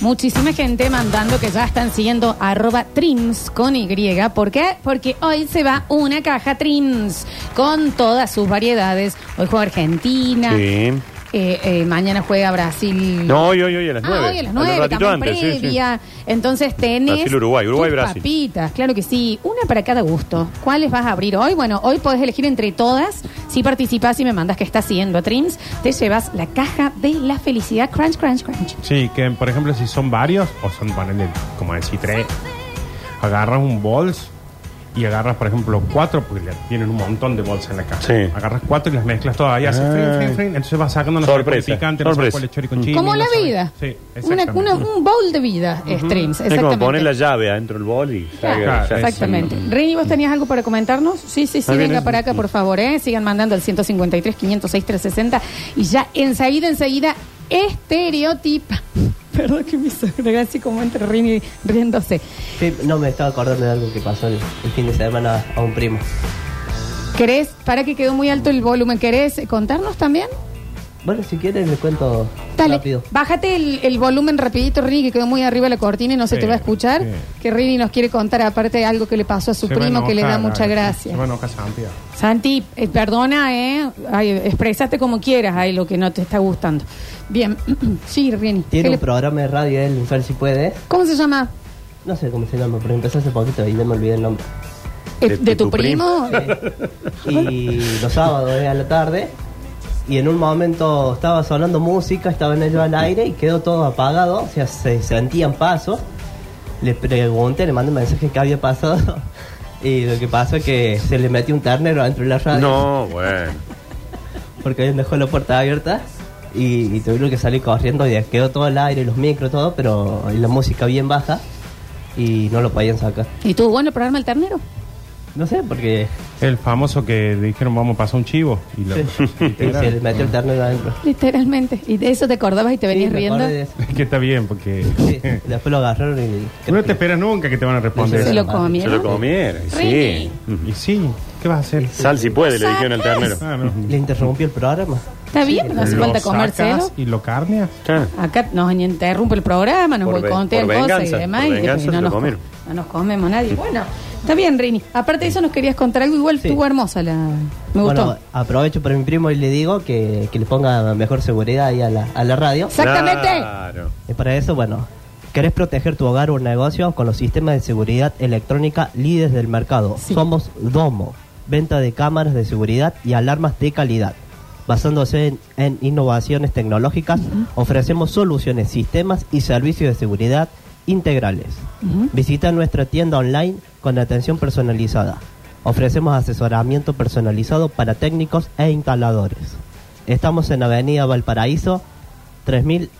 Muchísima gente mandando que ya están siguiendo arroba trims con Y. ¿Por qué? Porque hoy se va una caja trims con todas sus variedades. Hoy juega Argentina. Sí. eh, eh, mañana juega Brasil. No, hoy, hoy, hoy a las Ah, nueve. hoy a las un 9, ratito estamos antes, sí, sí. previa. Entonces tenés Brasil-Uruguay, tus Uruguay-Brasil. papitas, claro que sí. Una para cada gusto. ¿Cuáles vas a abrir hoy? Bueno, hoy podés elegir entre todas. Si participás y me mandas que estás siguiendo a Trims, te llevas la caja de la felicidad. Crunch, crunch, crunch. Sí, que por ejemplo si son varios o son ponele, como decir tres, agarras un bols y agarras por ejemplo cuatro, porque le- tienen un montón de bolsas en la casa. Sí. Agarras cuatro y las mezclas todas y haces Ay. frin, frin, frin, entonces vas sacando no sé cuál es Sorpresa, picante, no sé sorpresa. Mm. cuál es chori con chimi, Como no la sé- vida. Sí, Una- exactamente. una- un bowl de vida, Streams. Es como Exactamente. poner la llave adentro del bol y Claro, saca- saca- Exactamente. Rini, ¿vos tenías algo para comentarnos? Sí, sí, sí, Ah, bien, venga eh. para acá, por favor, ¿eh? Sigan mandando al 153, 506, 360. Y ya enseguida, enseguida, estereotipa. Perdón que me hizo gracia así como entre Rini riéndose. Sí, no me estaba acordando de algo que pasó el, el fin de semana a, a un primo. ¿Querés, para que quedó muy alto el volumen, ¿querés contarnos también? Bueno, si quieres les cuento Dale, rápido. bájate el, el volumen rapidito, Rini, que quedó muy arriba la cortina y no se Sí, te va a escuchar. sí. Que Rini nos quiere contar aparte algo que le pasó a su Se va a primo que le da enojar, mucha claro, gracia. Se va a enojar Santiago. Santi, eh, perdona, ¿eh? Ay, expresate como quieras ahí lo que no te está gustando. Bien, sí, Rini. ¿Qué Tiene le- un programa de radio él, un Sol si puede. ¿Cómo se llama? No sé cómo se llama, pero empezó hace poquito y ya me olvidé el nombre. Eh, ¿De, De- de tu, tu primo? Y los sábados eh, a la tarde. Y en un momento estaba sonando música, estaban ellos al aire y quedó todo apagado. O sea, se sentían pasos. Le pregunté, le mandé un mensaje que había pasado. Y lo que pasó es que se le metió un ternero dentro de la radio. No, bueno. porque habían dejado la puerta abierta y, y tuvieron que salir corriendo y quedó todo el aire, los micros, todo, pero y la música bien baja y no lo podían sacar. ¿Y tú, bueno, el programa El Ternero? No sé, porque El famoso que dijeron vamos a pasar un chivo y lo, y se le metió el ternero adentro. Literalmente. Y de eso te acordabas y te venías Sí, me riendo. acordé de eso. que está bien porque Sí, después lo agarraron y... no te esperas nunca que te van a responder. Se Sí, lo Se lo Se lo comieron. comiera, sí. Y sí, ¿qué vas a hacer? Sal si puede, le dijeron al ternero. Ah, no. Le interrumpió el programa. Está bien, no hace Lo falta sacas comérselo. ¿Y lo carneas? Ah, Acá nos interrumpe el programa, nos Por ve- boicotean por cosas y venganza, demás. por y que venganza no, se lo nos, comieron. no nos comemos nadie. Bueno, está bien, Rini. Aparte de eso, nos querías contar algo. Igual Sí. estuvo hermosa la. Me gustó. Bueno, aprovecho para mi primo y le digo que, que le ponga mejor seguridad ahí a la, a la radio. Exactamente. Claro. Y para eso, bueno, ¿querés proteger tu hogar o negocio con los sistemas de seguridad electrónica líderes del mercado? Sí. Somos Domo, venta de cámaras de seguridad y alarmas de calidad. Basándose en, en innovaciones tecnológicas, ofrecemos soluciones, sistemas y servicios de seguridad integrales. Visita nuestra tienda online con atención personalizada. Ofrecemos asesoramiento personalizado para técnicos e instaladores. Estamos en Avenida Valparaíso 3000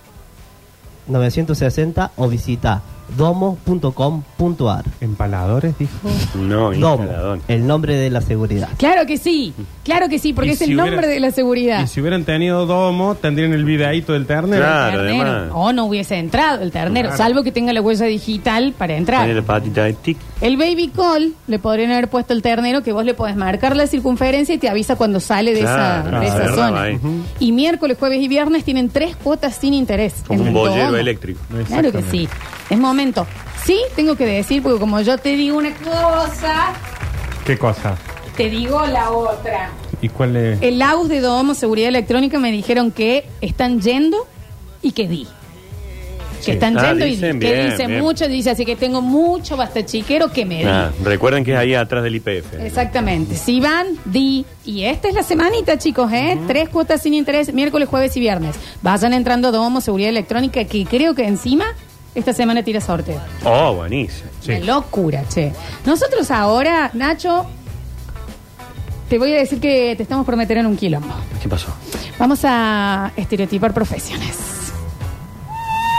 960 o visita domo.com.ar. ¿Empaladores, dijo? No, Domo, instaladón. el nombre de la seguridad. Claro que sí, claro que sí, porque Y es el si hubiera- nombre de la seguridad. Y si hubieran tenido domo, tendrían el videíto del ternero. Claro. El ternero. además. O no hubiese entrado el ternero, Claro. salvo que tenga la huella digital para entrar. Tiene la patita de tic. El baby call le podrían haber puesto el ternero que vos le podés marcar la circunferencia y te avisa cuando sale de Claro, esa, de esa claro, zona. ahí. Ujú. Y miércoles, jueves y viernes tienen tres cuotas sin interés. Como en un el bollero Domo. eléctrico. Claro que sí. Es momento. Sí, tengo que decir, porque como yo te digo una cosa, ¿Qué cosa? te digo la otra. ¿Y cuál es? El AUS de Domo Seguridad Electrónica me dijeron que están yendo y que di. Que Sí. están Ah, yendo dicen, y que bien, dicen bien. mucho, dice, así que tengo mucho basta chiquero que me di. Ah, recuerden que es ahí atrás del IPF. Exactamente. Si van, di. Y esta es la semanita, chicos, ¿eh? Tres cuotas sin interés, miércoles, jueves y viernes. Vayan entrando a Domo Seguridad Electrónica, que creo que encima esta semana tira sorteo. Oh, buenísimo. Sí. Una locura, che. Nosotros ahora, Nacho, te voy a decir que te estamos por meter en un quilombo. ¿Qué pasó? Vamos a estereotipar profesiones.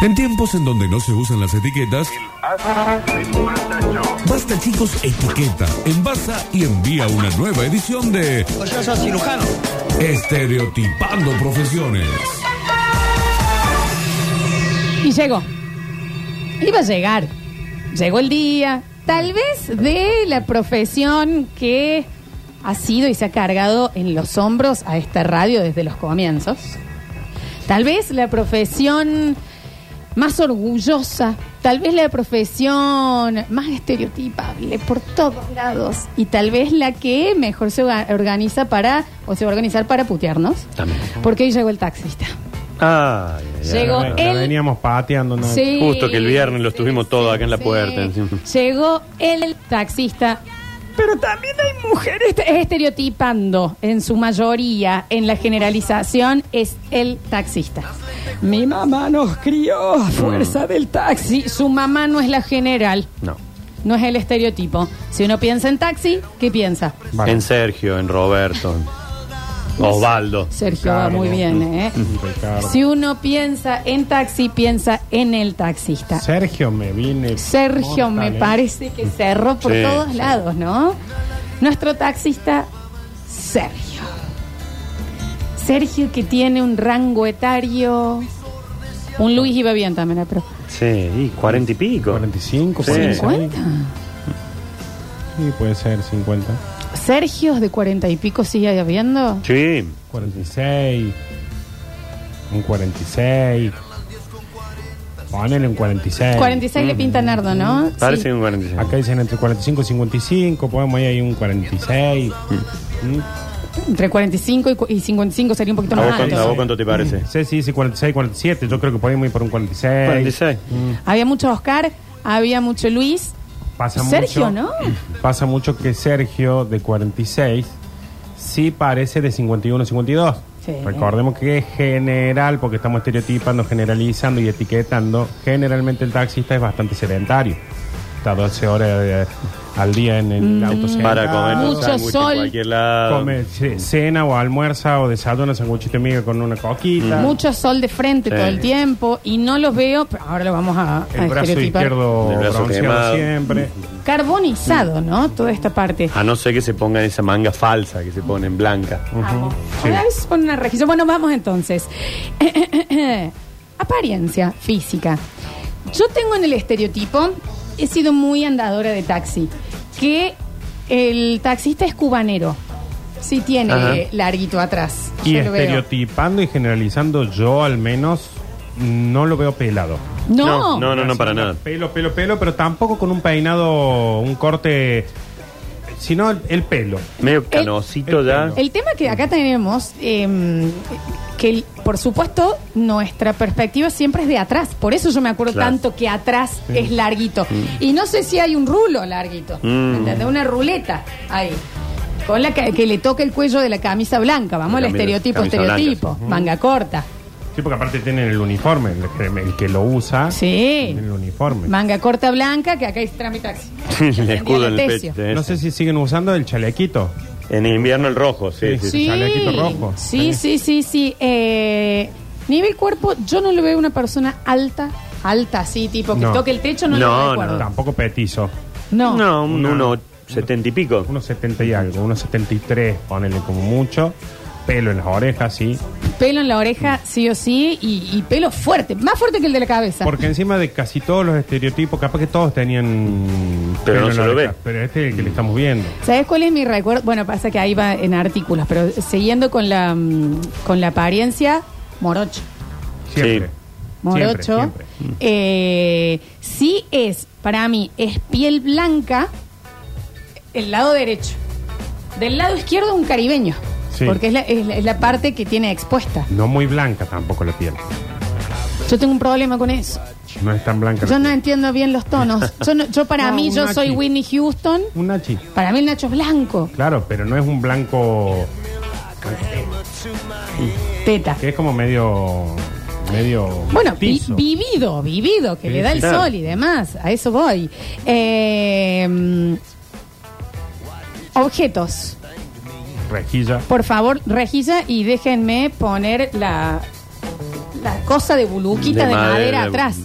En tiempos en donde no se usan las etiquetas, Basta Chicos Etiqueta, envasa y envía una nueva edición de Pues Yo soy cirujano. Estereotipando Profesiones. Y llegó. Iba a llegar. Llegó el día. Tal vez de la profesión que ha sido y se ha cargado en los hombros a esta radio desde los comienzos. Tal vez la profesión más orgullosa, tal vez la profesión más estereotipable por todos lados y tal vez la que mejor se orga- organiza para o se va a organizar para putearnos. También. Porque hoy llegó el taxista. Ay, ay, ay. Llegó Bueno, la el veníamos pateando. ¿no? Sí, Justo que el viernes los tuvimos todos acá en la puerta, encima. Llegó el taxista. Pero también hay mujeres Es estereotipando en su mayoría, en la generalización, es el taxista. Mi mamá nos crió Mm. a fuerza del taxi. Su mamá no es la general, No. no es el estereotipo. Si uno piensa en taxi, ¿qué piensa? Vale. En Sergio, en Roberto, en Osvaldo. Sergio va Claro. muy bien, ¿eh? Ricardo. Si uno piensa en taxi, piensa en el taxista. Sergio me viene. Sergio me Mortal, ¿eh? parece que cerró por Sí, todos sí. lados, ¿no? Nuestro taxista, Sergio. Sergio que tiene un rango etario. Un Luis iba bien también, ¿eh? pero. Sí, y cuarenta y pico. 45, Sí. 50. Sí, puede ser 50. Sergios de cuarenta y pico sigue habiendo. Sí. 46. Un 46. Ponele un 46. 46 le pinta Nardo, ¿no? Parece Sí. un 46. Acá dicen entre 45 y 55. Podemos ir ahí un 46. Mm. Entre 45 y cu- y 55 sería un poquito ¿A vos, más cuánto, a alto. vos cuánto te parece? Sí, sí, sí, 46, 47. Yo creo que podemos ir por un 46. 46. Mm. Había mucho Oscar, había mucho Luis. Pasa Sergio, mucho, ¿no? Pasa mucho que Sergio, de 46, sí parece de 51, 52. Sí. Recordemos que es general, porque estamos estereotipando, generalizando y etiquetando. Generalmente el taxista es bastante sedentario. Está 12 horas eh, al día en Mm. el auto Para sentado. comer un Mucho sándwich en sol. cualquier lado. Come ce- cena o almuerza o desayuna sanguchito miga con una coquita. Mucho sol de frente Sí. todo el tiempo y no los veo, pero ahora lo vamos a, a El brazo estereotipar. izquierdo El brazo bronceado quemado. siempre. Carbonizado, ¿no? Toda esta parte. A no ser que se pongan esa manga falsa que se ponen blanca. Mm. Amo. Sí. Ahora es poner una rejilla. Bueno, vamos entonces. Apariencia física. Yo tengo en el estereotipo, he sido muy andadora de taxi, que el taxista es cubanero. Sí tiene Ajá. larguito atrás. Y Yo lo veo. estereotipando y generalizando, yo al menos no lo veo pelado. No, No, no, no, para Así, nada. Pelo, pelo, pelo, pero tampoco con un peinado, un corte, sino el, el pelo. Medio canosito el ya. pelo. El tema que acá tenemos, eh, que el- por supuesto nuestra perspectiva siempre es de atrás, por eso yo me acuerdo Claro. tanto que atrás es larguito. Y no sé si hay un rulo larguito, Mm. ¿me entendés? Una ruleta ahí. Con la que, que le toca el cuello de la camisa blanca, vamos al Camisa- estereotipo, camisa blanca, estereotipo, manga corta, Sí, porque aparte tienen el uniforme, el, que- el que lo usa. Sí. tiene el Mm. uniforme. manga corta blanca, que acá es trámite taxi. El escudo en el pecho. ¿eh? no sé si siguen usando el chalequito. En invierno el rojo, sí, sí. Sí. chalequito rojo. Sí, sí, sí, sí. Eh, nivel cuerpo, yo no lo veo una persona alta, alta, así, tipo que No. toque el techo, no, No, lo veo de cuerpo. no. Tampoco petizo. No. No, un No. uno setenta y pico. Unos 70 y algo, unos 73, ponele como mucho. Pelo en las orejas, sí. Pelo en la oreja, sí o sí, y, y pelo fuerte, más fuerte que el de la cabeza. Porque encima de casi todos los estereotipos, capaz que todos tenían. Pero pelo no en se la lo oreja, ve. Pero este es el que le estamos viendo. ¿Sabes cuál es mi recuerdo? Bueno, pasa que ahí va en artículos, pero siguiendo con la, mm, con la apariencia, morocho. Siempre. Sí. Morocho. Siempre, Eh, sí es, para mí, es piel blanca el lado derecho. Del lado izquierdo un caribeño. Sí. Porque es la, es la- es la parte que tiene expuesta. No muy blanca tampoco la piel. Yo tengo un problema con eso. No es tan blanca. Yo la no piel. entiendo bien los tonos. Yo, no- yo para No, mí, un yo soy Nachi. Whitney Houston. Un nachi. Para mí el Nacho es blanco. Claro, pero no es un blanco Teta. que es como medio medio Bueno, vi- tizo. vivido, vivido, que Sí, le da el claro. sol y demás. A eso voy. Eh, mm, objetos. rejilla. Por favor, rejilla y déjenme poner la, la cosa de buluquita de, madera, atrás.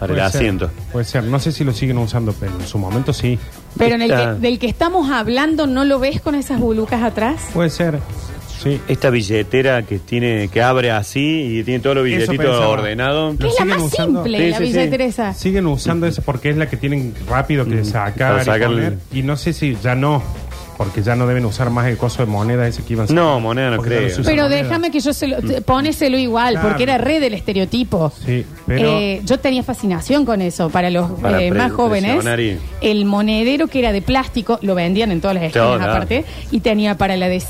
Para el Puede ser, asiento. Puede ser, no sé si lo siguen usando, pero en su momento sí. Pero en el Esta- que- del que estamos hablando, ¿no lo ves con esas bulucas atrás? Puede ser. Sí. Esta billetera que tiene, que abre así y tiene todos los Eso billetitos pensaba. ordenados. Que Lo es la siguen más usando. simple, Sí, la sí, sí. billetera esa. Siguen usando eso porque es la que tienen rápido que sacar, Mm. para y, sacar el- poner, y no sé si ya no. Porque ya no deben usar más el coso de moneda ese que iban No, moneda no porque ya creo. se usa Pero moneda. déjame que yo se lo. te- Ponéselo igual, Claro. porque era re del estereotipo. Sí, pero- Eh, yo tenía fascinación con eso. Para los Para eh, pre- más jóvenes, presionar y- el monedero que era de plástico, lo vendían en todas las esquinas Todo, claro. aparte, y tenía para la de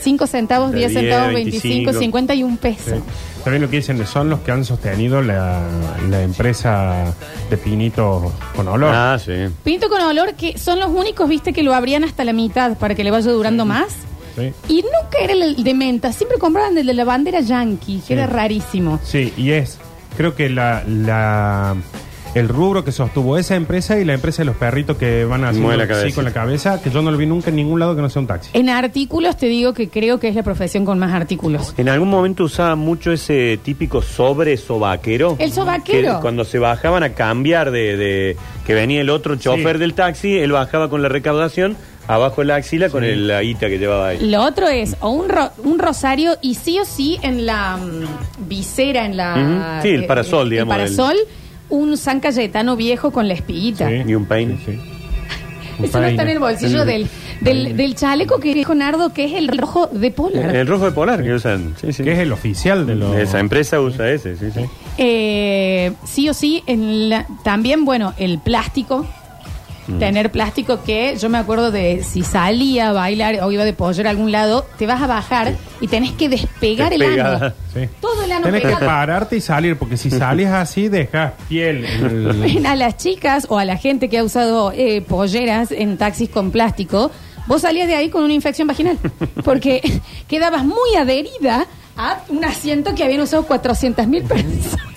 5 centavos, De 10 10, centavos, 25, 25, 50 y un peso. Sí. También lo que dicen son los que han sostenido la, la empresa de pinitos con olor. Ah, sí. Pinto con olor que son los únicos, viste, que lo abrían hasta la mitad para que le vaya durando más. Sí. Y nunca era el de menta, siempre compraban el de la bandera yankee, que Sí. era rarísimo. Sí, y es. Creo que la, la- el rubro que sostuvo esa empresa y la empresa de los perritos que van a Mueve la así cabeza. con la cabeza, que yo no lo vi nunca en ningún lado que no sea un taxi. En artículos te digo que creo que es la profesión con más artículos. En algún momento usaba mucho ese típico sobre sobaquero. El sobaquero. Que cuando se bajaban a cambiar de, de- que venía el otro chofer del taxi, él bajaba con la recaudación abajo de la axila con el, la guita que llevaba ahí. Lo otro es o un, ro- un rosario y sí o sí en la mm, visera, en la... eh, Ujú. Sí, el parasol, digamos, El el- parasol, un San Cayetano viejo con la espiguita. Sí. Y un peine. Sí, sí. Un Eso no está en peine. el bolsillo del, del, del chaleco que dijo Nardo, que es el rojo de polar. El rojo de polar que usan. Sí, sí. Que es el oficial de los. Esa empresa usa ese, sí, sí. Eh, sí o sí, en la- también, bueno, el plástico. Tener plástico que yo me acuerdo de si salía a bailar o iba de pollera a algún lado, te vas a bajar y tenés que despegar el ano. Despegada. Sí. Todo el ano Tienes que pegado. pararte y salir, porque si sales así, dejas piel. en el- A las chicas o a la gente que ha usado eh, polleras en taxis con plástico, vos salías de ahí con una infección vaginal. Porque quedabas muy adherida a un asiento que habían usado 400.000 personas.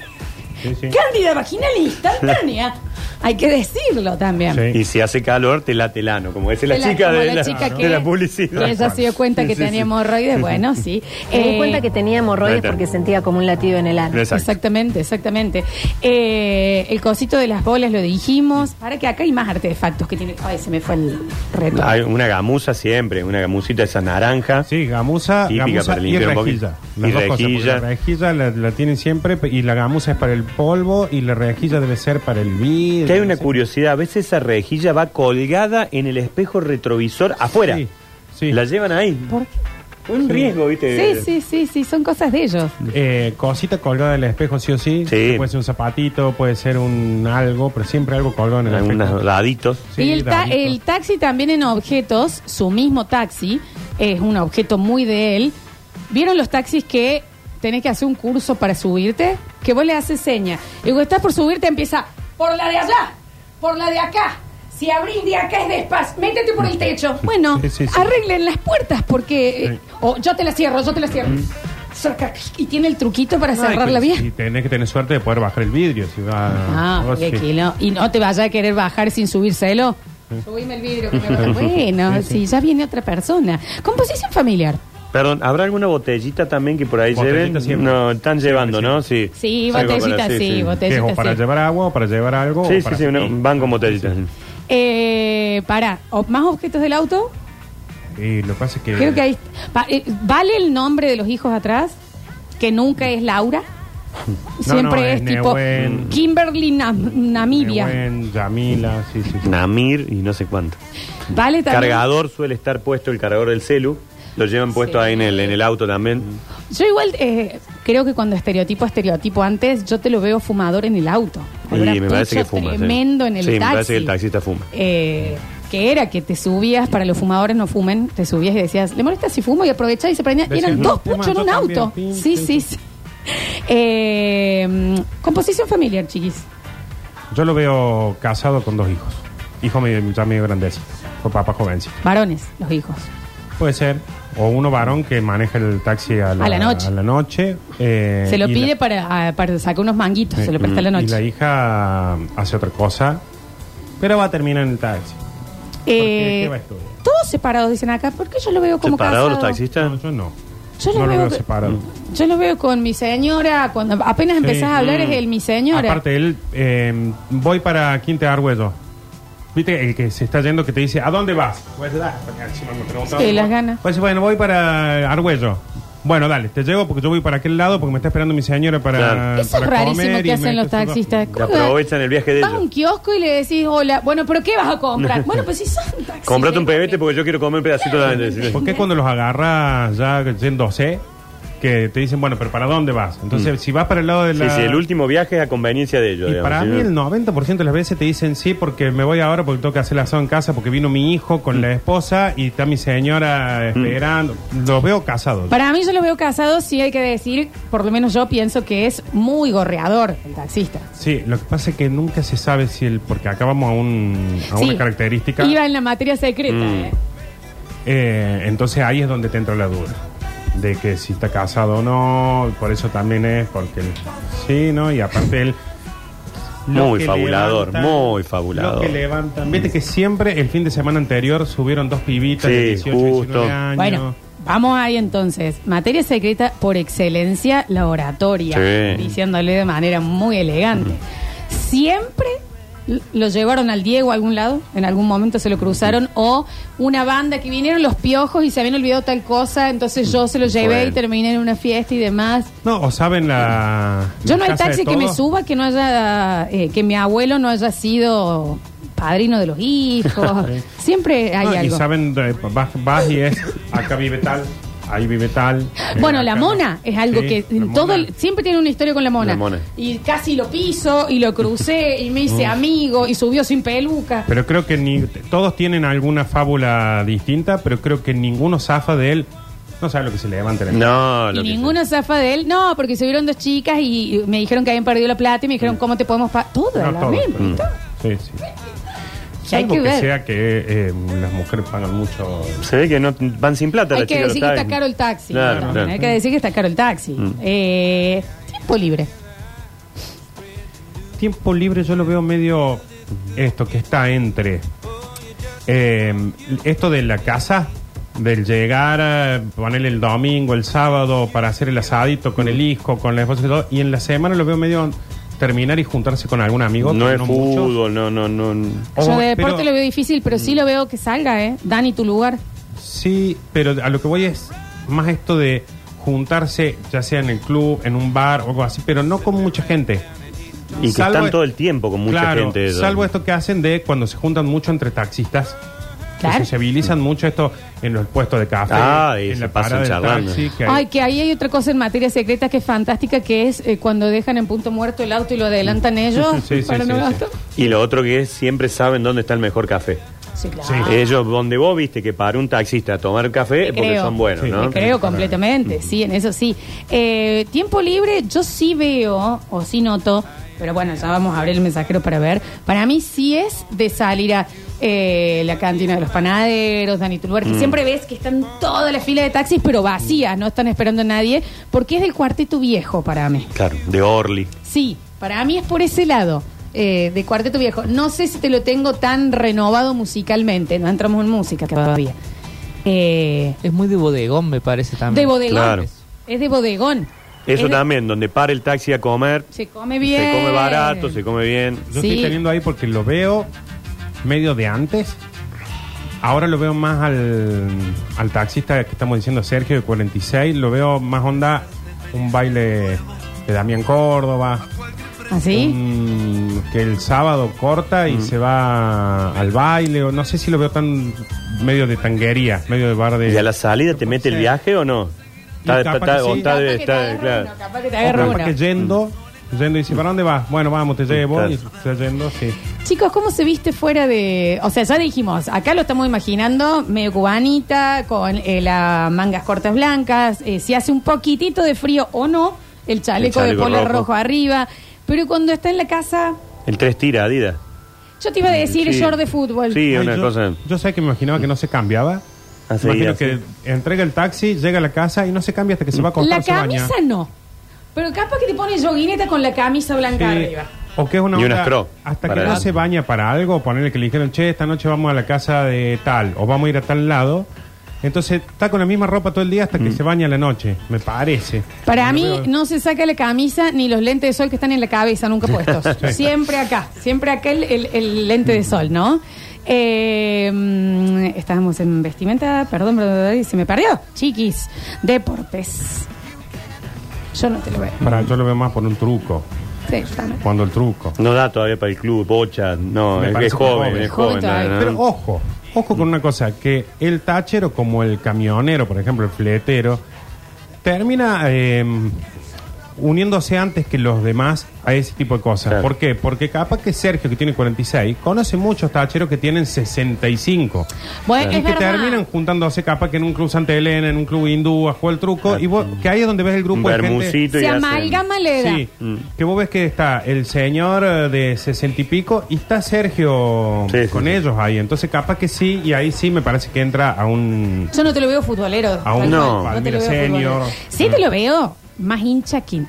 Sí, sí. Cándida vaginal instantánea. Hay que decirlo también. Sí. Y si hace calor, te late el ano, como dice la, Como chica, de, la, chica de la publicidad. que ella se dio cuenta que tenía hemorroides, bueno, sí. Me di Eh, cuenta que tenía hemorroides Ahí está. porque sentía como un latido en el ano. Exacto. Exactamente, exactamente. Eh, el cosito de las bolas lo dijimos. Para que acá hay más artefactos que tiene. Ay, se me fue el reto. Hay una gamusa siempre, una gamusita esa naranja. Sí, gamusa, Típica gamusa para y limpiar un poquito. rejilla. Las Y dos cosas, porque rejilla. la rejilla la, la tienen siempre pe- y la gamusa es para el polvo y la rejilla debe ser para el vidrio. Que hay una Sí. curiosidad, a veces esa rejilla va colgada en el espejo retrovisor afuera. Sí, sí. La llevan ahí. ¿Por qué? Un riesgo, ¿viste? Sí, sí, sí, sí, son cosas de ellos. Eh, cosita colgada del espejo, sí o sí. Sí. Puede ser un zapatito, puede ser un algo, pero siempre algo colgado en el Algunos espejo. daditos. Sí, y el, ta- dadito. el taxi también en objetos, su mismo taxi, es un objeto muy de él. ¿Vieron los taxis que tenés que hacer un curso para subirte? Que vos le haces seña. Y cuando estás por subirte empieza por la de allá, por la de acá. Si abrís de acá es despacio, métete por el techo. Bueno, Sí, sí, sí. arreglen las puertas porque... eh, o yo te la cierro, yo te la cierro. Cerca, Y tiene el truquito para No, y- cerrarla bien. Y tenés que tener suerte de poder bajar el vidrio. Si va, Ah, oh, qué sí. kilo. Y no te vayas a querer bajar sin subírselo. Subime el vidrio. Que me va- bueno, Sí, sí, sí. ya viene otra persona. Composición familiar. Perdón, ¿habrá alguna botellita también que por ahí Botellita lleven? siempre. No, están llevando, ¿no? Sí, Sí, Algo botellita, para- sí, ¿Qué es? botellita. ¿O para sí. llevar agua o para llevar algo? Sí, o sí, Oh, para- sí, una- van con botellitas. Eh, para, ¿o ¿más objetos del auto? Y lo que pasa es que... Creo que ahí. pa- eh, ¿Vale el nombre de los hijos atrás? Que nunca es Laura. Siempre no, es, es tipo Nehuen. Kimberly Nam- Namibia. Nehuen, Yamila, sí, sí. sí. Namir y no sé cuánto. Vale también. Cargador suele estar puesto, el cargador del celu. Lo llevan puesto ahí en el, en el auto también. Yo igual eh, creo que cuando estereotipo a estereotipo antes, yo te lo veo fumador en el auto. Y Olor a me parece pucho que fuma, sí. Tremendo en el Sí, taxi. me parece que el taxista fuma. Eh, que era que te subías, para los fumadores no fumen, te subías y decías, ¿le molesta si fumo? Y aprovechás y se prendía. Y Decías, eran no, dos tema, puchos en yo un también, auto. pim, sí, pim, sí, sí. Eh, mm, composición familiar, chiquis. Yo lo veo casado con dos hijos. Hijo medio- ya medio grandecito, con papá jovencito. Varones, los hijos. Puede ser. O uno varón que maneja el taxi a la, A la noche. a la noche, eh, se lo y pide la- Eh, para, ah, para sacar unos manguitos, se lo presta a la Y la noche. hija hace otra cosa, pero va a terminar en el taxi. Eh, ¿Qué va a estudiar? todos separados, dicen acá, porque yo lo veo como ¿Separado los casado? taxistas? No, yo no. Yo lo no lo veo veo que- separado. Mm. Yo lo veo con mi señora, cuando apenas empezás a hablar es el mi señora. mm. Aparte, él, eh, voy para Quinta Arguello. ¿Viste? El que se está yendo que te dice, ¿a dónde vas? Pues, ah, porque encima me preguntaba, Sí, las ganas. Pues, bueno, voy para Argüello. Bueno, dale, te llevo porque yo voy para aquel lado porque me está esperando mi señora para. Claro. Eso es para comer rarísimo y que me- hacen los taxistas. Que ¿Cómo que aprovechan el viaje de Vas a ellos. un kiosco y le decís, hola, bueno, ¿pero qué vas a comprar? bueno, pues si son taxistas. Comprate un pebete porque yo quiero comer un pedacito de la ¿Por qué cuando los agarras ya yéndose, que te dicen, bueno, pero ¿para dónde vas? Entonces, si vas para el lado de Mm. Sí, la. sí, el último viaje es a conveniencia de ellos. Y digamos, para ¿sí? mí el 90% de las veces te dicen sí porque me voy ahora porque tengo que hacer el asado en casa porque vino mi hijo con la esposa y está mi señora esperando. Los veo casados. Para mí yo los veo casados, sí hay que decir, por lo menos yo pienso que es muy gorreador el taxista. Sí, lo que pasa es que nunca se sabe si el... Porque acá vamos a, un, a Sí. una característica. Iba en la materia secreta. Mm. eh. Eh, entonces ahí es donde te entra la duda. De que si está casado o no, por eso también es, porque él- sí, ¿no? Y aparte él... lo Muy que fabulador, levantan- muy Lo fabulador. que levantan. Viste que siempre el fin de semana anterior subieron dos pibitas de Sí, 18 justo. 19 años. Bueno, vamos ahí entonces. Materia secreta por excelencia, la oratoria. Sí. Diciéndole de manera muy elegante. Siempre l- lo llevaron al Diego a algún lado, en algún momento se lo cruzaron, o una banda que vinieron los piojos y se habían olvidado tal cosa, entonces yo se lo llevé y Bueno. terminé en una fiesta y demás. No, o saben la... Yo la no hay casa de taxi que me todos. suba que no haya, eh, que mi abuelo no haya sido padrino de los hijos. Siempre hay No, Y algo. saben, eh, vas, vas y es, acá vive tal, ahí vive tal. eh, Bueno, la acá no. mona es algo Sí, que en la todo mona. el- siempre tiene una historia con la mona. La mona. Y casi lo piso y lo crucé y me hice amigo y subió sin peluca. Pero creo que ni, todos tienen alguna fábula distinta, pero creo que ninguno zafa de él. No sabe lo que se le levanta en el- No, lo y que ninguno zafa de él. No, porque subieron dos chicas y y me dijeron que habían perdido la plata y me dijeron cómo te podemos pagar. Toda Mm. No la todos, misma. pero- Sí, sí. Hay Salvo que que, ver. sea que eh, las mujeres pagan mucho. Se ve que no van sin plata Hay las que chicas, decir lo que está saben. caro el taxi. Claro, también. claro. Hay que decir que está caro el taxi. Mm. Eh, tiempo libre. Tiempo libre yo lo veo medio esto que está entre eh, esto de la casa, del llegar a ponerle el domingo, el sábado para hacer el asadito con el hijo, con la esposa y todo, y en la semana lo veo medio terminar y juntarse con algún amigo. No pero es mucho. fútbol, no, no, no. O- Yo de deporte Oh, pero- lo veo difícil, pero Mm. sí lo veo que salga, ¿eh? Dani, tu lugar. Sí, pero a lo que voy es más esto de juntarse, ya sea en el club, en un bar o algo así, pero no con mucha gente. Y que Salvo- están todo el tiempo con mucha Claro, gente. ellos. Salvo esto que hacen de cuando se juntan mucho entre taxistas. que Claro. sociabilizan mucho esto en los puestos de café, Ah, y en se la pasan parada del charlando. taxi. que hay- Ay, que ahí hay otra cosa en materia secreta que es fantástica, que es eh, cuando dejan en punto muerto el auto y lo adelantan ellos Sí, sí, para sí, no sí, gastar. Y lo otro que es, siempre saben dónde está el mejor café. Sí, claro. Sí. Ellos, donde vos viste que para un taxista a tomar café, Te porque creo. son buenos, Sí. ¿no? Te creo completamente, sí, en eso sí. Eh, tiempo libre, yo sí veo, o sí noto, pero bueno, ya vamos a abrir el mensajero para ver. Para mí sí es de salir a eh, la cantina de los panaderos, Dani tu Mm. lugar, que siempre ves que están todas las filas de taxis, pero vacías, no están esperando a nadie, porque es del cuarteto viejo para mí. Claro, de Orly. Sí, para mí es por ese lado. eh, de Cuarteto Viejo. No sé si te lo tengo tan renovado musicalmente. No entramos en música todavía. Eh, Es muy de bodegón, me parece también. de bodegón. Claro. Es de bodegón. Es Eso de- también, donde para el taxi a comer, Se come bien. se come barato, se come bien. Yo Sí. estoy teniendo ahí porque lo veo medio de antes. Ahora lo veo más al, al taxista que estamos diciendo, Sergio, de 46. Lo veo más onda un baile de Damián Córdoba. ¿Ah, Mm, ¿Así? un- que el sábado corta Mm. y se va al baile. O no sé si lo veo tan medio de tanguería, medio de bar de. ¿Y a la salida te mete el viaje o no? Está, capaz está- que o sí. está de- Capaz que te está de- agarra claro. uno, capaz que te O agarra capaz uno. que yendo, yendo y dice, ¿para dónde vas? Bueno, vamos, te llevo. Claro. Y está yendo, sí. Chicos, ¿cómo se viste fuera de.? O sea, ya dijimos, acá lo estamos imaginando, medio cubanita, con eh, las mangas cortas blancas. eh, si hace un poquitito de frío o no, el chaleco, chaleco de polar rojo. rojo. arriba. Pero cuando está en la casa, El tres tira, Adidas. yo te iba a decir Mm, Sí. short de fútbol. Sí, Ay, una yo, cosa. Yo sé que me imaginaba que no se cambiaba. Así, Imagino así. que entrega el taxi, llega a la casa y no se cambia hasta que se va a acostar. la se baña. camisa no. Pero capaz que te pones joguineta con la camisa blanca Sí. arriba. O que es una Y onda- unas crocs Hasta que para no adelante. se baña para algo, ponerle que le dijeron, che, esta noche vamos a la casa de tal, o vamos a ir a tal lado. Entonces está con la misma ropa todo el día hasta Mm. que se baña a la noche, me parece. Para Lo mí veo- no se saca la camisa ni los lentes de sol que están en la cabeza nunca puestos. siempre acá, siempre acá el, el- el lente de sol, ¿no? Eh, mm, estábamos en vestimenta, perdón, perdón, y se me perdió. Chiquis, deportes. Yo no te lo veo. Para, yo lo veo más por un truco. Sí, también. Cuando el truco. No da todavía para el club, bocha, no, Me es, parece es joven, joven. es Joven joven. todavía. ¿no? Pero ojo, ojo con una cosa, que el tachero como el camionero, por ejemplo, el fletero, termina eh, uniéndose antes que los demás a ese tipo de cosas. Claro. ¿Por qué? Porque capaz que Sergio, que tiene 46, conoce muchos tacheros que tienen 65. Bueno, y es que verdad. terminan juntándose capaz que en un club Santa Elena, en un club hindú, a jugar el truco, Claro. y vos, que ahí es donde ves el un grupo de gente... bermucito y Se hacen- amalgama la edad. Sí, mm. que vos ves que está el señor eh, de sesenta y pico y está Sergio Sí, sí, con sí. ellos ahí. Entonces capaz que sí, y ahí sí me parece que entra a un... Yo no te lo veo futbolero. Aún tal no. cual. te Palmira lo veo senior. futbolero. Sí te lo veo más hincha que...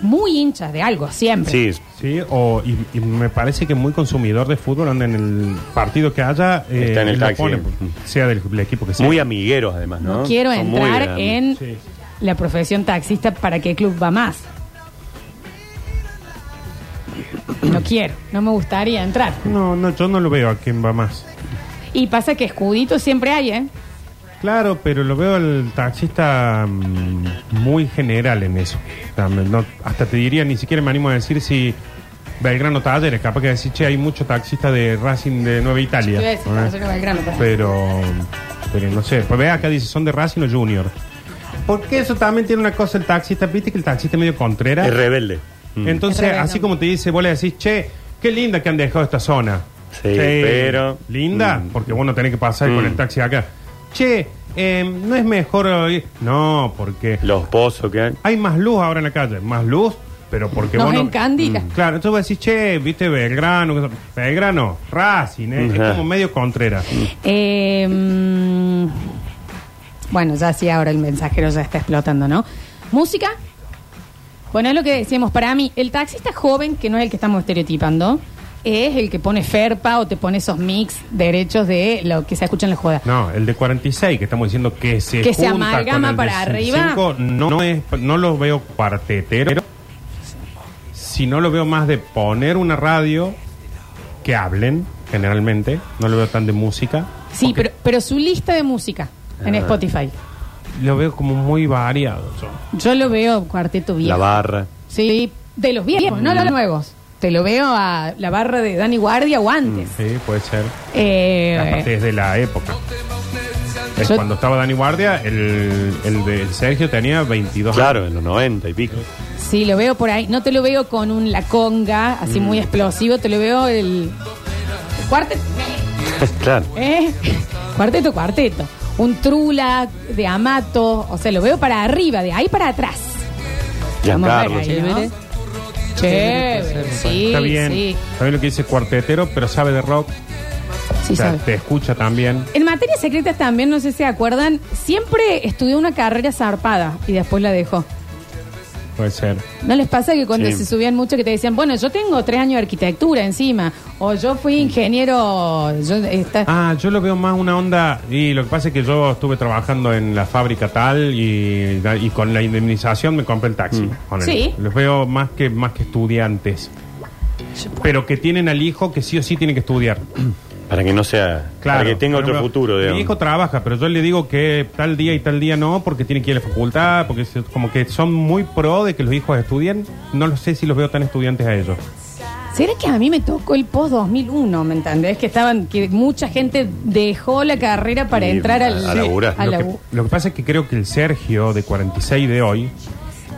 Muy hincha de algo, siempre. Sí, Sí, o, y, y me parece que muy consumidor de fútbol anda en el partido que haya, eh, Está en el lo taxi. pone, sea del, del equipo que sea. muy amigueros además, ¿no? No, quiero Son muy entrar grandes. en Sí. la profesión taxista para qué club va más. No quiero, no me gustaría entrar. No, no, yo no lo veo a quién va más. Y pasa que escudito siempre hay, ¿eh? Claro, pero lo veo al taxista mm, muy general en eso. También, no- hasta te diría, ni siquiera me animo a decir si Belgrano Talleres, capaz que decir, che, hay mucho taxista de Racing de Nueva Italia. Yo iba a decir, ¿no? para hacer con el grano, para- Pero, pero no sé, pues ve acá dice, son de Racing o Junior. Porque eso también tiene una cosa el taxista, viste que el taxista es medio contrera. Es rebelde. Mm. Entonces, Es rebelde. así como te dice, vos le decís, che, qué linda que han dejado esta zona. Sí, pero- Linda, Mm. porque vos no tenés que pasar con Mm. el taxi acá. Che, eh, no es mejor. hoy- No, porque Los pozos que hay. hay más luz ahora en la calle, más luz, pero porque Nos vos no- Mm. encandila. Claro, entonces vos decís, che, viste Belgrano, que- Belgrano, Racing, eh, es Ajá. como medio contrera. Eh, mm, bueno, ya sí, ahora el mensajero ya está explotando, ¿no? Música. Bueno, es lo que decíamos. Para mí, el taxista joven, que no es el que estamos estereotipando, es el que pone ferpa o te pone esos mix derechos de lo que se escucha en la joda. No, el de 46, que estamos diciendo que se Que se junta amalgama con el de para arriba. 65, No, no es, no lo veo cuartetero, si no lo veo más de poner una radio que hablen, generalmente. No lo veo tan de música. Sí, porque pero, pero su lista de música Ah. en Spotify. Lo veo como muy variado. yo. Yo lo veo cuarteto viejo. La barra. Sí, de los viejos, no los nuevos. Te lo veo a la barra de Dani Guardia o antes. Mm. Sí, puede ser. Eh, Ah, Aparte, desde la época. Es Yo- cuando estaba Dani Guardia, el, el de Sergio tenía 22 Claro, en los 90 y pico. Sí, lo veo por ahí. No te lo veo con un la conga así Mm. muy explosivo. Te lo veo el cuarteto, claro. ¿eh? cuarteto, cuarteto. Un trula de Amato. O sea, lo veo para arriba, de ahí para atrás. Vamos a ver Giancarlo. ahí, ¿no? Chévere. Chévere, sí, Está bien. sí. Está bien lo que dice cuartetero, pero sabe de rock. Sí, o sea, sabe. te escucha también. En materias secretas también, no sé si se acuerdan, siempre estudió una carrera zarpada y después la dejó. Puede ser. ¿No les pasa que cuando Sí. se subían mucho que te decían, bueno, yo tengo tres años de arquitectura encima, o yo fui ingeniero, yo está... Ah, yo lo veo más una onda. Y lo que pasa es que yo estuve trabajando en la fábrica tal y, y con la indemnización me compré el Mm. taxi. Ponele. Sí. Los veo más que, más que estudiantes. Pero que tienen al hijo que sí o sí tiene que estudiar. Para que no sea. Claro. Para que tenga Por otro ejemplo, futuro, Mi hijo digamos. trabaja, pero yo le digo que tal día y tal día no, porque tiene que ir a la facultad, porque es como que son muy pro de que los hijos estudien. No lo sé si los veo tan estudiantes a ellos. ¿Será que a mí me tocó el post 2001, me entendés? Que estaban, que mucha gente dejó la carrera para Y entrar a- al... a laburar. a lo, que, labu- lo que pasa es que creo que el Sergio de 46 de hoy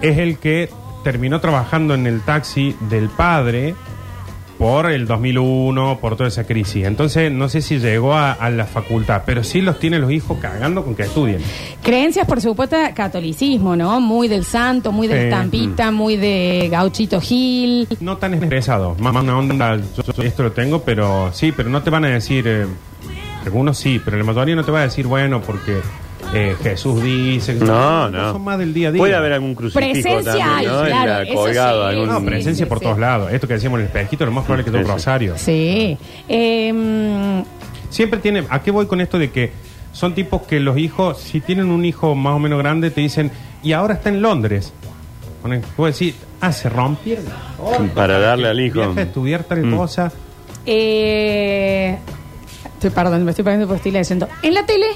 es el que terminó trabajando en el taxi del padre por el 2001, por toda esa crisis. Entonces no sé si llegó a, a la facultad, pero sí los tiene los hijos cagando con que estudien. Creencias, por supuesto, catolicismo, ¿no? Muy del santo, muy de la Sí. estampita, muy de gauchito Gil. No tan estresado, más, más una onda, yo, yo esto lo tengo, pero sí, pero no te van a decir, eh, algunos sí, pero la mayoría no te va a decir, bueno, porque eh, Jesús dice... que- No, no. Son más del día a día. Puede haber algún crucifijo Presencia también, hay, ¿no? En la- claro, eso colgado, sí, algún- No, sí. presencia por todos lados. Esto que decíamos en el espejito, lo más probable es que sea un Sí, sí. rosario. Sí. Em, Siempre tiene. ¿A qué voy con esto de que son tipos que los hijos, si tienen un hijo más o menos grande, te dicen, y ahora está en Londres? Ponen- Vos decís, ah, se rompieron. Para darle al hijo. Viaja a estudiar tal Mm. cosa. eh, Estoy, perdón, me estoy poniendo por estilo diciendo. En la tele,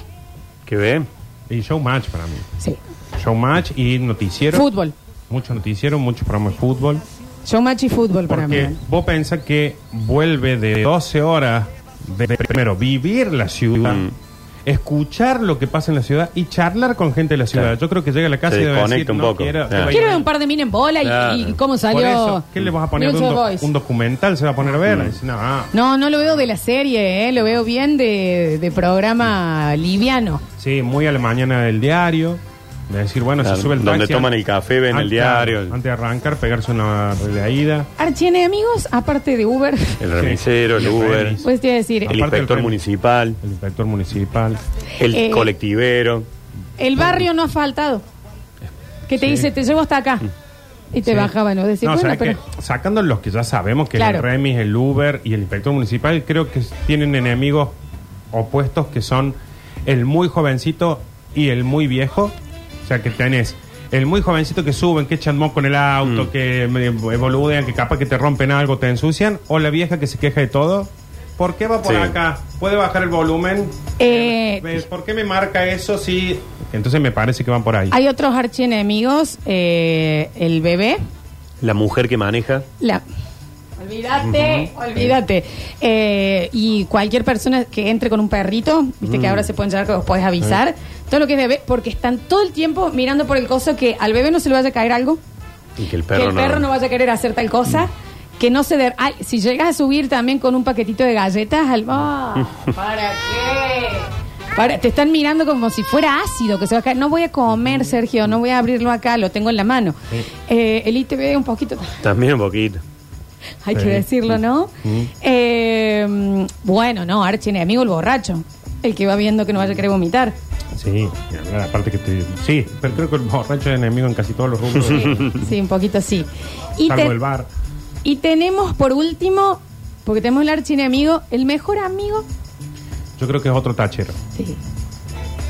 ¿Qué ve? Y showmatch para mí. sí. Showmatch y noticiero. Fútbol. Mucho noticiero, mucho programa de fútbol. Showmatch y fútbol para mí. ¿eh? Porque vos pensás que vuelve de 12 horas de, de primero vivir la ciudad, Mm. escuchar lo que pasa en la ciudad y charlar con gente de la ciudad. Claro. Yo creo que llega a la casa Se y debe decir, desconecta un no poco. quiero- Claro. Quiero ver un par de minas en bola y, Claro. y cómo Por salió. eso, ¿qué le vas a poner? News ¿Un, of doc- Boys. un documental se va a poner a ver? Mm. Dice, no, ah, No, no lo veo de la serie, ¿eh? lo veo bien de, de programa liviano. sí, muy a la mañana del diario. De decir, bueno, Claro, se sube el donde taxi toman an- el café, ven el antes- diario. Antes de arrancar, pegarse una releída. Archiene amigos, aparte de Uber, El remisero, el Sí. Uber, pues te iba a decir, el Aparte del inspector remis. municipal, El inspector municipal. el Eh, colectivero. el barrio no ha faltado. Que te dice, te llevo hasta acá. Y te Mm. Sí. bajaban, ¿no? Decir, No, bueno, ¿sabes pero. qué? Sacando los que ya sabemos, que Claro. el Remis, el Uber y el inspector municipal, creo que tienen enemigos opuestos que son el muy jovencito y el muy viejo. O sea, que tenés el muy jovencito que suben, que echan moco en el auto, que eh, boludean, que capaz que te rompen algo, te ensucian, o la vieja que se queja de todo. ¿Por qué va por Sí. acá? ¿Puede bajar el volumen? Eh, ¿Ves? ¿Por qué me marca eso si...? Entonces me parece que van por ahí. hay otros archienemigos, eh, el bebé, La mujer que maneja. la. Olvídate, olvídate. Eh, y cualquier persona que entre con un perrito, viste que ahora se pueden llevar que vos podés avisar, todo lo que es bebé, porque están todo el tiempo mirando por el coso que al bebé no se le vaya a caer algo, Y que el perro, que el perro no. Mm. vaya a querer hacer tal cosa, que no se dé... Ay, si llegas a subir también con un paquetito de galletas, al... Ah, ¿Para qué? Para- te están mirando como si fuera ácido, que se va a caer. No voy a comer, Sergio, no voy a abrirlo acá, lo tengo en la mano. Eh, el ITV un poquito... También un poquito. Hay Sí. Mm. que decirlo, ¿no? Eh, bueno, no, archienemigo el borracho. El que va viendo que no vaya a querer vomitar. Sí, aparte que te... Sí, pero creo que el borracho es enemigo en casi todos los rubros. Sí, un poquito sí. Y, Salvo te- el bar. y tenemos por último, porque tenemos el archienemigo, el mejor amigo, Yo creo que es otro tachero. sí,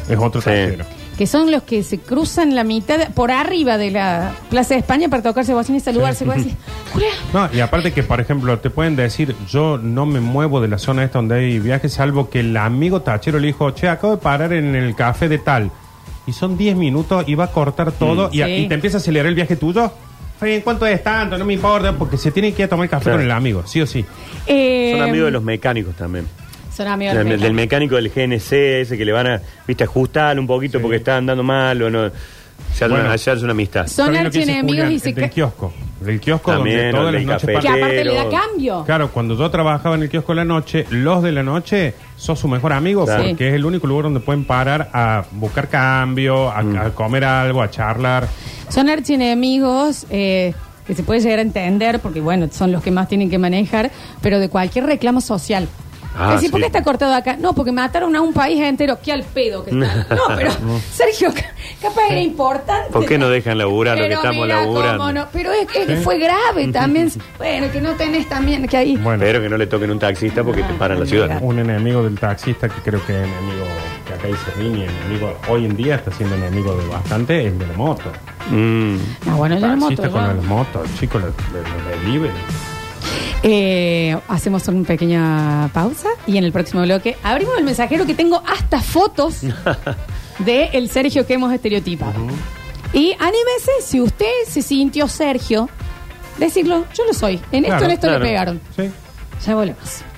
Es otro Sí. tachero. que son los que se cruzan la mitad, por arriba de la Plaza de España para tocarse bocina y saludarse. Vos decís, "Julián, No, y aparte que, por ejemplo, te pueden decir, yo no me muevo de la zona esta donde hay viajes, salvo que el amigo tachero le dijo, che, acabo de parar en el café de tal. Y son 10 minutos y va a cortar todo Mm. y, a- Sí. y te empieza a acelerar el viaje tuyo. Oye, ¿En cuánto es tanto? No me importa, porque se tienen que ir a tomar el café Claro. con el amigo, sí o sí. eh, Son amigos de los mecánicos también. Son amigos Del, de los del mecánico del GNC, ese que le van a, viste, ajustar un poquito porque está andando mal o no. Se hace Bueno. una- se hace una amistad. Son ¿Sabes lo que dice archienemigos Julián? y se El del ca- kiosco. Del kiosco También, donde todas el las del noches café. pasan- Que aparte le da Pero- cambio. Claro, cuando yo trabajaba en el kiosco de la noche, los de la noche sos su mejor amigo Claro. porque es el único lugar donde pueden parar a buscar cambio, a, a comer algo, a charlar. Son archienemigos eh, que se puede llegar a entender, porque bueno, son los que más tienen que manejar, pero de cualquier reclamo social. Ah, es decir, ¿por sí. qué está cortado acá? No, porque mataron a un país entero. ¿Qué al pedo que está? No, pero, Sergio, ca- capaz era importante. ¿Por qué no dejan laburar lo que Pero estamos mirá cómo laburando? no. Pero es, es que fue grave también. Bueno, que no tenés también que ahí. Bueno, Pero que no le toquen un taxista porque te paran la ciudad. un enemigo del taxista que creo que es enemigo, que acá dice Rini, enemigo, hoy en día está siendo enemigo de bastante, el de la moto. Mm. Ah, bueno, yo no Taxista moto, con yo- las motos, chicos, los delivery. Eh, hacemos una pequeña pausa y en el próximo bloque abrimos el mensajero que tengo hasta fotos de el Sergio que hemos estereotipado. Y anímese, si usted se sintió Sergio, decirlo, yo lo soy. En esto, Claro, en esto claro. le pegaron. Sí. Ya volvemos.